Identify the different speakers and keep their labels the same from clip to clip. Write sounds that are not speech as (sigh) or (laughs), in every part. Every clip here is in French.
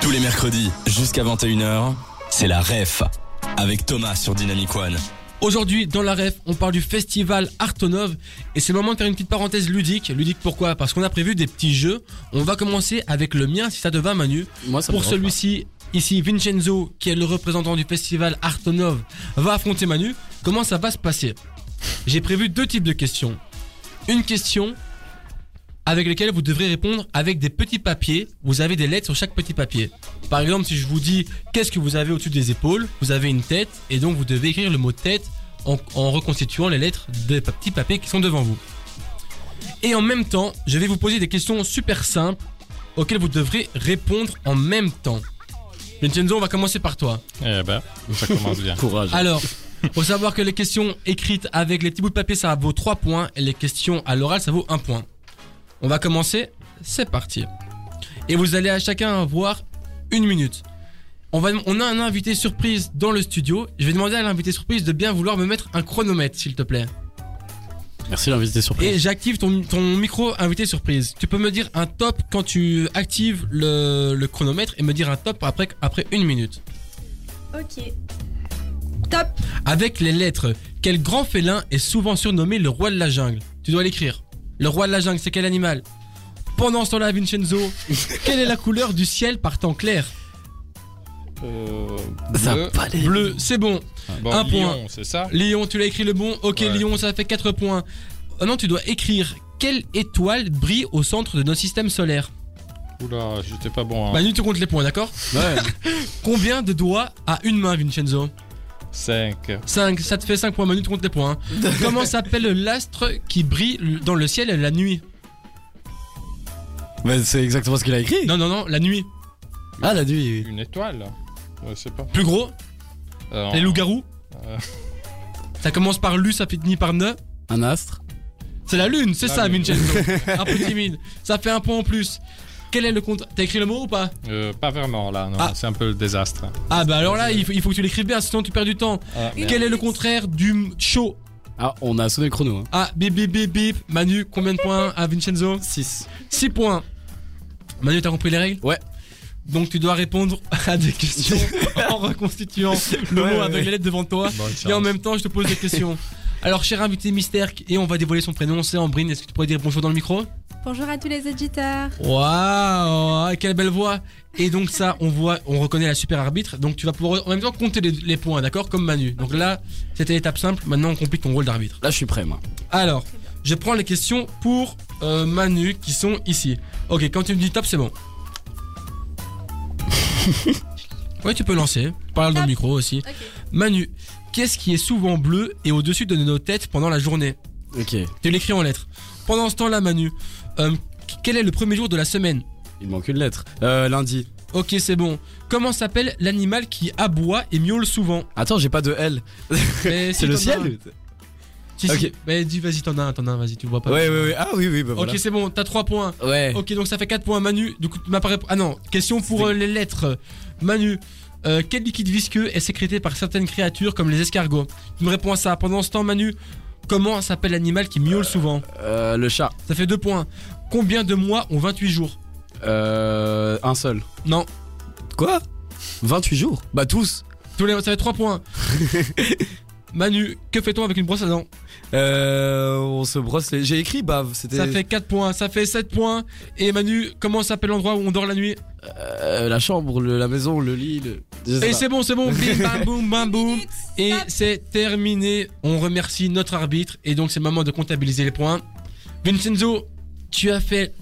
Speaker 1: Tous les mercredis, jusqu'à 21h, c'est la REF, avec Thomas sur Dynamic One.
Speaker 2: Aujourd'hui, dans la ref, on parle du festival Artonov et c'est le moment de faire une petite parenthèse ludique. Ludique pourquoi Parce qu'on a prévu des petits jeux. On va commencer avec le mien, si ça te va, Manu.
Speaker 3: Moi, ça me
Speaker 2: Pour
Speaker 3: dérange
Speaker 2: celui-ci, ici, Vincenzo, qui est le représentant du festival Artonov, va affronter Manu. Comment ça va se passer J'ai prévu deux types de questions. Une question avec laquelle vous devrez répondre avec des petits papiers. Vous avez des lettres sur chaque petit papier. Par exemple, si je vous dis qu'est-ce que vous avez au-dessus des épaules, vous avez une tête et donc vous devez écrire le mot tête en, en reconstituant les lettres des pa- petits papiers qui sont devant vous. Et en même temps, je vais vous poser des questions super simples auxquelles vous devrez répondre en même temps. Vincenzo, on va commencer par toi.
Speaker 4: Eh ben, ça commence bien.
Speaker 3: pas. Courage.
Speaker 2: Alors, faut savoir que les questions écrites avec les petits bouts de papier, ça vaut 3 points, et les questions à l'oral, ça vaut 1 point. On va commencer, c'est parti. Et vous allez à chacun avoir une minute. On, va, on a un invité surprise dans le studio. Je vais demander à l'invité surprise de bien vouloir me mettre un chronomètre, s'il te plaît.
Speaker 3: Merci l'invité surprise.
Speaker 2: Et j'active ton, ton micro invité surprise. Tu peux me dire un top quand tu actives le, le chronomètre et me dire un top après, après une minute.
Speaker 5: Ok. Top.
Speaker 2: Avec les lettres, quel grand félin est souvent surnommé le roi de la jungle Tu dois l'écrire. Le roi de la jungle, c'est quel animal Pendant ce temps-là, Vincenzo, quelle est la couleur du ciel par temps clair
Speaker 4: Euh,
Speaker 3: Ah, Ça
Speaker 4: bleu.
Speaker 3: va pas les...
Speaker 2: Bleu, c'est bon.
Speaker 4: Bon,
Speaker 2: Un
Speaker 4: Lyon, c'est ça
Speaker 2: Lyon, tu l'as écrit le bon Ok,
Speaker 4: Ouais.
Speaker 2: Lyon, ça fait 4 points. Oh non, tu dois écrire quelle étoile brille au centre de notre système solaire
Speaker 4: Oula, j'étais pas bon. hein.
Speaker 2: Manu, tu comptes les points, d'accord
Speaker 3: Ouais.
Speaker 2: (laughs) Combien de doigts a une main, Vincenzo
Speaker 4: 5.
Speaker 2: 5, ça te fait 5 points, Manu, tu comptes les points. hein. Comment s'appelle l'astre qui brille dans le ciel la nuit
Speaker 3: Mais Bah, c'est exactement ce qu'il a écrit.
Speaker 2: Non, non, non, la nuit.
Speaker 3: Ah, la nuit. oui.
Speaker 4: Une étoile Je sais pas.
Speaker 2: Plus gros
Speaker 4: Euh,
Speaker 2: Les loups-garous
Speaker 4: Euh.
Speaker 2: Ça commence par Lu, ça finit par Ne.
Speaker 3: Un astre.
Speaker 2: C'est la lune, c'est
Speaker 4: La
Speaker 2: ça,
Speaker 4: lune. (laughs)
Speaker 2: Vincenzo. un peu timide. Ça fait un point en plus. Quel est le compte T'as écrit le mot ou pas
Speaker 4: euh, pas vraiment là, non.
Speaker 2: Ah.
Speaker 4: C'est un peu le désastre.
Speaker 2: Ah bah alors là, il faut, il faut que tu l'écrives bien, sinon tu perds du temps.
Speaker 4: Ah, merde.
Speaker 2: Quel est le contraire du m- chaud
Speaker 3: Ah, on a sonné le chrono. Hein.
Speaker 2: Ah, bip bip bip bip. Manu, combien de points à Vincenzo
Speaker 3: 6.
Speaker 2: 6 points. Manu, t'as compris les règles
Speaker 3: Ouais.
Speaker 2: Donc tu dois répondre à des
Speaker 3: (laughs)
Speaker 2: questions en reconstituant le
Speaker 3: Ouais,
Speaker 2: mot
Speaker 3: ouais,
Speaker 2: avec
Speaker 3: ouais.
Speaker 2: les lettres devant toi.
Speaker 4: Bonne chance.
Speaker 2: Et en même temps, je te pose des questions. Alors, cher invité mystère, et on va dévoiler son prénom, c'est Ambrine. Est-ce que tu pourrais dire bonjour dans le micro
Speaker 5: Bonjour à tous les auditeurs.
Speaker 2: Waouh, quelle belle voix Et donc ça, on voit, on reconnaît la super arbitre. Donc tu vas pouvoir en même temps compter les, les points, d'accord Comme Manu. Donc là, c'était l'étape simple. Maintenant, on complique ton rôle d'arbitre.
Speaker 3: Là, je suis prêt, moi.
Speaker 2: Alors, je prends les questions pour euh, Manu qui sont ici. Ok, quand tu me dis top, c'est bon. ouais, tu peux lancer. Parle dans le
Speaker 5: Top.
Speaker 2: micro aussi.
Speaker 5: Ok.
Speaker 2: Manu, qu'est-ce qui est souvent bleu et au-dessus de nos têtes pendant la journée
Speaker 3: Ok.
Speaker 2: Tu l'écris en lettres. Pendant ce temps-là, Manu, euh, quel est le premier jour de la semaine
Speaker 3: Il manque une lettre. Euh, lundi.
Speaker 2: Ok, c'est bon. Comment s'appelle l'animal qui aboie et miaule souvent
Speaker 3: Attends, j'ai pas de L.
Speaker 2: Mais
Speaker 3: (laughs)
Speaker 2: si,
Speaker 3: C'est le
Speaker 2: t'en as un.
Speaker 3: ciel
Speaker 2: Si, si.
Speaker 3: Ok.
Speaker 2: Mais dis, vas-y, t'en as un, t'en as un, vas-y, tu le vois pas.
Speaker 3: Ouais, ouais, ouais. Ah, oui, oui, bah voilà.
Speaker 2: Ok, c'est bon, t'as 3 points.
Speaker 3: Ouais.
Speaker 2: Ok, donc ça fait 4 points, Manu. Du coup, tu m'apparais. Ah non, question pour euh, les lettres. Manu, euh, quel liquide visqueux est sécrété par certaines créatures comme les escargots Tu me réponds à ça. Pendant ce temps, Manu, comment s'appelle l'animal qui miaule souvent
Speaker 3: Euh, le chat.
Speaker 2: Ça fait 2 points. Combien de mois ont 28 jours
Speaker 3: Euh, un seul.
Speaker 2: Non,
Speaker 3: Quoi 28 jours Bah, tous.
Speaker 2: tous les... ça fait 3
Speaker 3: (laughs)
Speaker 2: points. Manu, que fait-on avec une brosse à dents
Speaker 3: Euh, on se brosse les. J'ai écrit bave. C'était.
Speaker 2: Ça fait 4 points, ça fait 7 points. Et Manu, comment s'appelle l'endroit où on dort la nuit
Speaker 3: Euh, la chambre, le- la maison, le lit. Le... je sais
Speaker 2: Et
Speaker 3: pas.
Speaker 2: c'est bon, c'est bon, bim bam boum bam boum. Et
Speaker 5: Stop.
Speaker 2: c'est terminé. On remercie notre arbitre et donc c'est le moment de comptabiliser les points. Vincenzo, tu as fait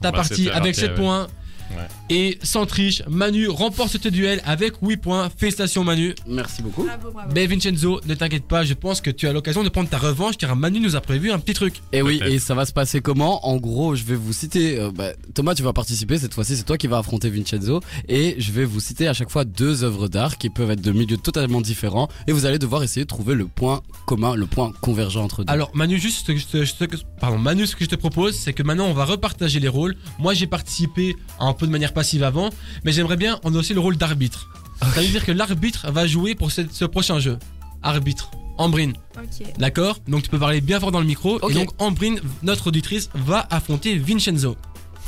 Speaker 2: ta
Speaker 4: Bah,
Speaker 2: partie
Speaker 4: c'était
Speaker 2: avec
Speaker 4: raté,
Speaker 2: 7
Speaker 4: ouais.
Speaker 2: points.
Speaker 4: Ouais.
Speaker 2: Et sans triche, Manu remporte ce duel avec 8 points. Félicitations Manu.
Speaker 3: Merci beaucoup.
Speaker 5: Bravo, bravo.
Speaker 2: Mais Ben, Vincenzo, ne t'inquiète pas, je pense que tu as l'occasion de prendre ta revanche car Manu nous a prévu un petit truc.
Speaker 3: Et oui,
Speaker 4: Peut-être.
Speaker 3: et ça va se passer comment En gros, je vais vous citer. euh, bah, Thomas, tu vas participer cette fois-ci. C'est toi qui vas affronter Vincenzo. Et je vais vous citer à chaque fois deux œuvres d'art qui peuvent être de milieux totalement différents. Et vous allez devoir essayer de trouver le point commun, le point convergent entre deux.
Speaker 2: Alors Manu, juste, ce que je te- je te- pardon, Manu, ce que je te propose, c'est que maintenant on va repartager les rôles. Moi, j'ai participé un peu de manière passive avant, mais j'aimerais bien on a aussi le rôle d'arbitre. Ça veut dire que l'arbitre va jouer pour ce, ce prochain jeu. Arbitre, Ambrine,
Speaker 5: Ok.
Speaker 2: d'accord Donc tu peux parler bien fort dans le micro.
Speaker 3: Ok.
Speaker 2: Et donc Ambrine, notre auditrice, va affronter Vincenzo.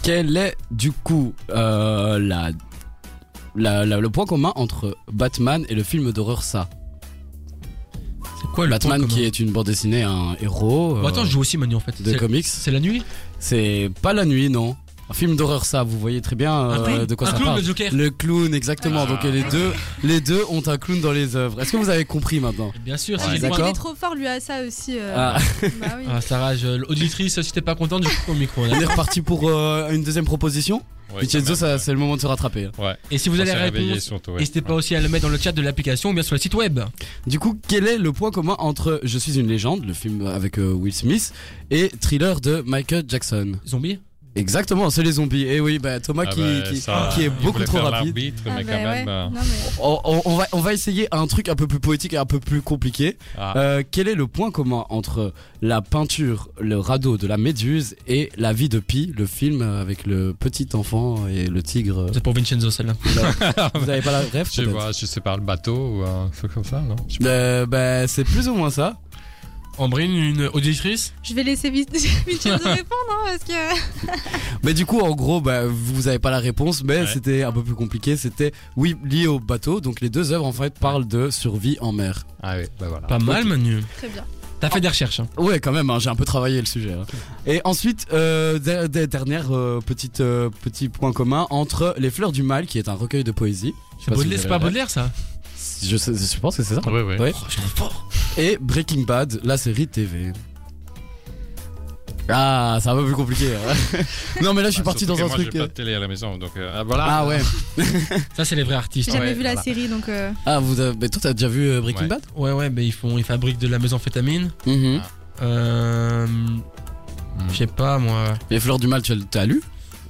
Speaker 3: Quelle est du coup euh, la la- la- le point commun entre Batman et le film d'horreur ça
Speaker 2: C'est quoi le
Speaker 3: Batman
Speaker 2: point
Speaker 3: qui
Speaker 2: commun
Speaker 3: est une bande dessinée, un héros
Speaker 2: Bon, Attends,
Speaker 3: euh,
Speaker 2: je joue aussi Manu en fait.
Speaker 3: de
Speaker 2: C'est-
Speaker 3: comics.
Speaker 2: C'est la nuit
Speaker 3: C'est pas la nuit, non. Un film d'horreur ça, vous voyez très bien euh,
Speaker 2: Un clown
Speaker 3: de quoi
Speaker 2: Un
Speaker 3: ça
Speaker 2: clown,
Speaker 3: parle.
Speaker 2: le Joker
Speaker 3: Le clown,
Speaker 4: Ah.
Speaker 3: exactement. Donc euh, les deux, les deux ont un clown dans les œuvres. Est-ce que vous avez compris maintenant
Speaker 2: Bien sûr,
Speaker 4: Ouais,
Speaker 2: si j'ai
Speaker 5: Il
Speaker 2: le
Speaker 3: Ah, d'accord.
Speaker 2: point.
Speaker 5: est Ah, trop fort lui à ça aussi. euh,
Speaker 3: Ah,
Speaker 5: Bah oui.
Speaker 2: (laughs) Ah, ça rage. Euh, L'auditrice, si t'es pas contente, je coupe ton micro. là.
Speaker 3: On est reparti pour euh, une deuxième proposition.
Speaker 4: Ouais,
Speaker 3: Vincenzo,
Speaker 4: quand
Speaker 3: ça, c'est le moment de se rattraper.
Speaker 4: même. Ouais.
Speaker 2: Et si vous
Speaker 4: On
Speaker 2: avez
Speaker 4: s'est
Speaker 2: la
Speaker 4: réveillé
Speaker 2: réponse,
Speaker 4: surtout, ouais.
Speaker 2: n'hésitez pas aussi à le mettre dans le chat de l'application ou bien sur le site web.
Speaker 3: Du coup, quel est le point commun entre Je suis une légende, le film avec euh, Will Smith, et Thriller de Michael Jackson
Speaker 2: Zombie
Speaker 3: Exactement, c'est les zombies. Et oui, bah, Thomas
Speaker 4: Ah
Speaker 3: qui,
Speaker 4: bah,
Speaker 3: qui-
Speaker 4: ça,
Speaker 3: qui est
Speaker 4: il
Speaker 3: beaucoup
Speaker 4: voulait
Speaker 3: trop
Speaker 4: faire
Speaker 3: rapide.
Speaker 4: l'arbitre,
Speaker 5: Ah
Speaker 4: mais
Speaker 5: bah
Speaker 4: quand même.
Speaker 5: ouais.
Speaker 4: euh,
Speaker 5: Non, mais-
Speaker 3: On, on- on va, on va essayer un truc un peu plus poétique et un peu plus compliqué.
Speaker 4: ah,
Speaker 3: Euh, quel est le point commun entre la peinture, le radeau de la méduse et La vie de Pi, le film euh, avec le petit enfant et le
Speaker 4: (laughs)
Speaker 3: tigre
Speaker 2: C'est pour Vincenzo celle-là.
Speaker 3: Vous n'avez pas la ref
Speaker 4: Ah, je
Speaker 3: peut-être
Speaker 4: vois, je sais pas, le bateau ou un truc comme ça, non Je sais pas.
Speaker 3: Euh, bah, C'est plus ou moins ça.
Speaker 2: Ambrine, une auditrice
Speaker 5: Je vais laisser vite (laughs) Vincenzo répondre hein, parce que.
Speaker 3: Mais du coup, en gros, bah, vous avez pas la réponse, mais
Speaker 4: Ouais.
Speaker 3: c'était un peu plus compliqué. C'était, oui, lié au bateau. Donc les deux œuvres, en fait, parlent de survie en mer.
Speaker 4: Ah oui, bah voilà.
Speaker 2: Pas mal,
Speaker 3: ok.
Speaker 2: Manu.
Speaker 5: Très bien.
Speaker 2: T'as fait des recherches. hein.
Speaker 3: Ouais, quand même, hein, j'ai un peu travaillé le sujet. hein. Et ensuite, euh, der- der- dernière euh, petite, euh, petit point commun entre Les Fleurs du Mal, qui est un recueil de poésie. Je sais pas si
Speaker 2: Baudelaire,
Speaker 3: vous
Speaker 2: c'est
Speaker 3: avez
Speaker 2: pas
Speaker 3: la-
Speaker 2: Baudelaire ça
Speaker 3: Je, sais- je pense que c'est ça.
Speaker 4: Oui, oui.
Speaker 3: Ouais.
Speaker 2: Oh, je suis fort.
Speaker 3: Et Breaking Bad, la série TV. Ah, c'est un peu plus compliqué.
Speaker 4: (laughs)
Speaker 3: hein. non, mais là, je suis
Speaker 4: Bah,
Speaker 3: parti dans
Speaker 4: surtout que
Speaker 3: un
Speaker 4: moi,
Speaker 3: truc.
Speaker 4: J'ai pas
Speaker 3: euh,
Speaker 4: de télé à la maison, donc euh, ah, voilà.
Speaker 3: Ah
Speaker 4: (laughs)
Speaker 3: ouais.
Speaker 2: Ça, c'est les vrais artistes.
Speaker 5: J'ai
Speaker 2: hein.
Speaker 5: jamais
Speaker 4: Ouais,
Speaker 5: vu la
Speaker 4: voilà.
Speaker 5: série donc. euh,
Speaker 3: Ah, vous avez... mais toi, t'as déjà vu euh, Breaking
Speaker 4: Ouais.
Speaker 3: Bad
Speaker 2: Ouais, ouais, mais ils font, ils fabriquent de la méthamphétamine.
Speaker 3: Mhm.
Speaker 2: Euh, je sais pas moi.
Speaker 4: Ah,
Speaker 3: Les fleurs du mal, tu as- t'as lu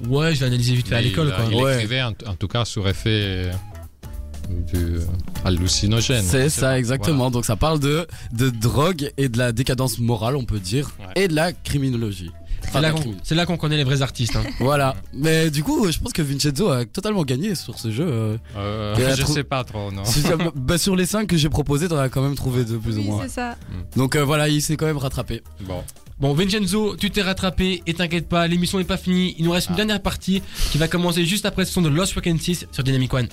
Speaker 2: Ouais, je vais analyser vite fait à
Speaker 4: Mais
Speaker 2: l'école
Speaker 4: il,
Speaker 2: quoi.
Speaker 4: Il
Speaker 3: Ouais.
Speaker 4: écrivait en, en tout cas sur effet euh, du euh, hallucinogène.
Speaker 3: C'est ça,
Speaker 4: Voilà.
Speaker 3: exactement. Donc ça parle de, de drogue et de la décadence morale, on peut dire,
Speaker 4: Ouais.
Speaker 3: et de la criminologie. Enfin,
Speaker 2: C'est
Speaker 3: de
Speaker 2: là
Speaker 3: la
Speaker 2: qu'on-
Speaker 3: crimi-
Speaker 2: c'est là qu'on connaît les vrais artistes. hein.
Speaker 3: Voilà. Mais du coup, je pense que Vincenzo a totalement gagné sur ce jeu. euh.
Speaker 4: Euh,
Speaker 3: Il y a
Speaker 4: je
Speaker 3: trop-
Speaker 4: sais pas trop, non. (laughs)
Speaker 3: Sur- bah, sur les 5 que j'ai proposés, t'en as quand même trouvé deux plus ou
Speaker 5: Oui,
Speaker 3: moins.
Speaker 5: c'est ça.
Speaker 3: Donc euh, voilà, il s'est quand même rattrapé.
Speaker 4: Bon,
Speaker 2: Bon, Vincenzo, tu t'es rattrapé et t'inquiète pas, l'émission n'est pas finie. Il nous reste une
Speaker 4: Ah.
Speaker 2: dernière partie qui va commencer juste après ce son de Lost Frequencies sur Dynamic One.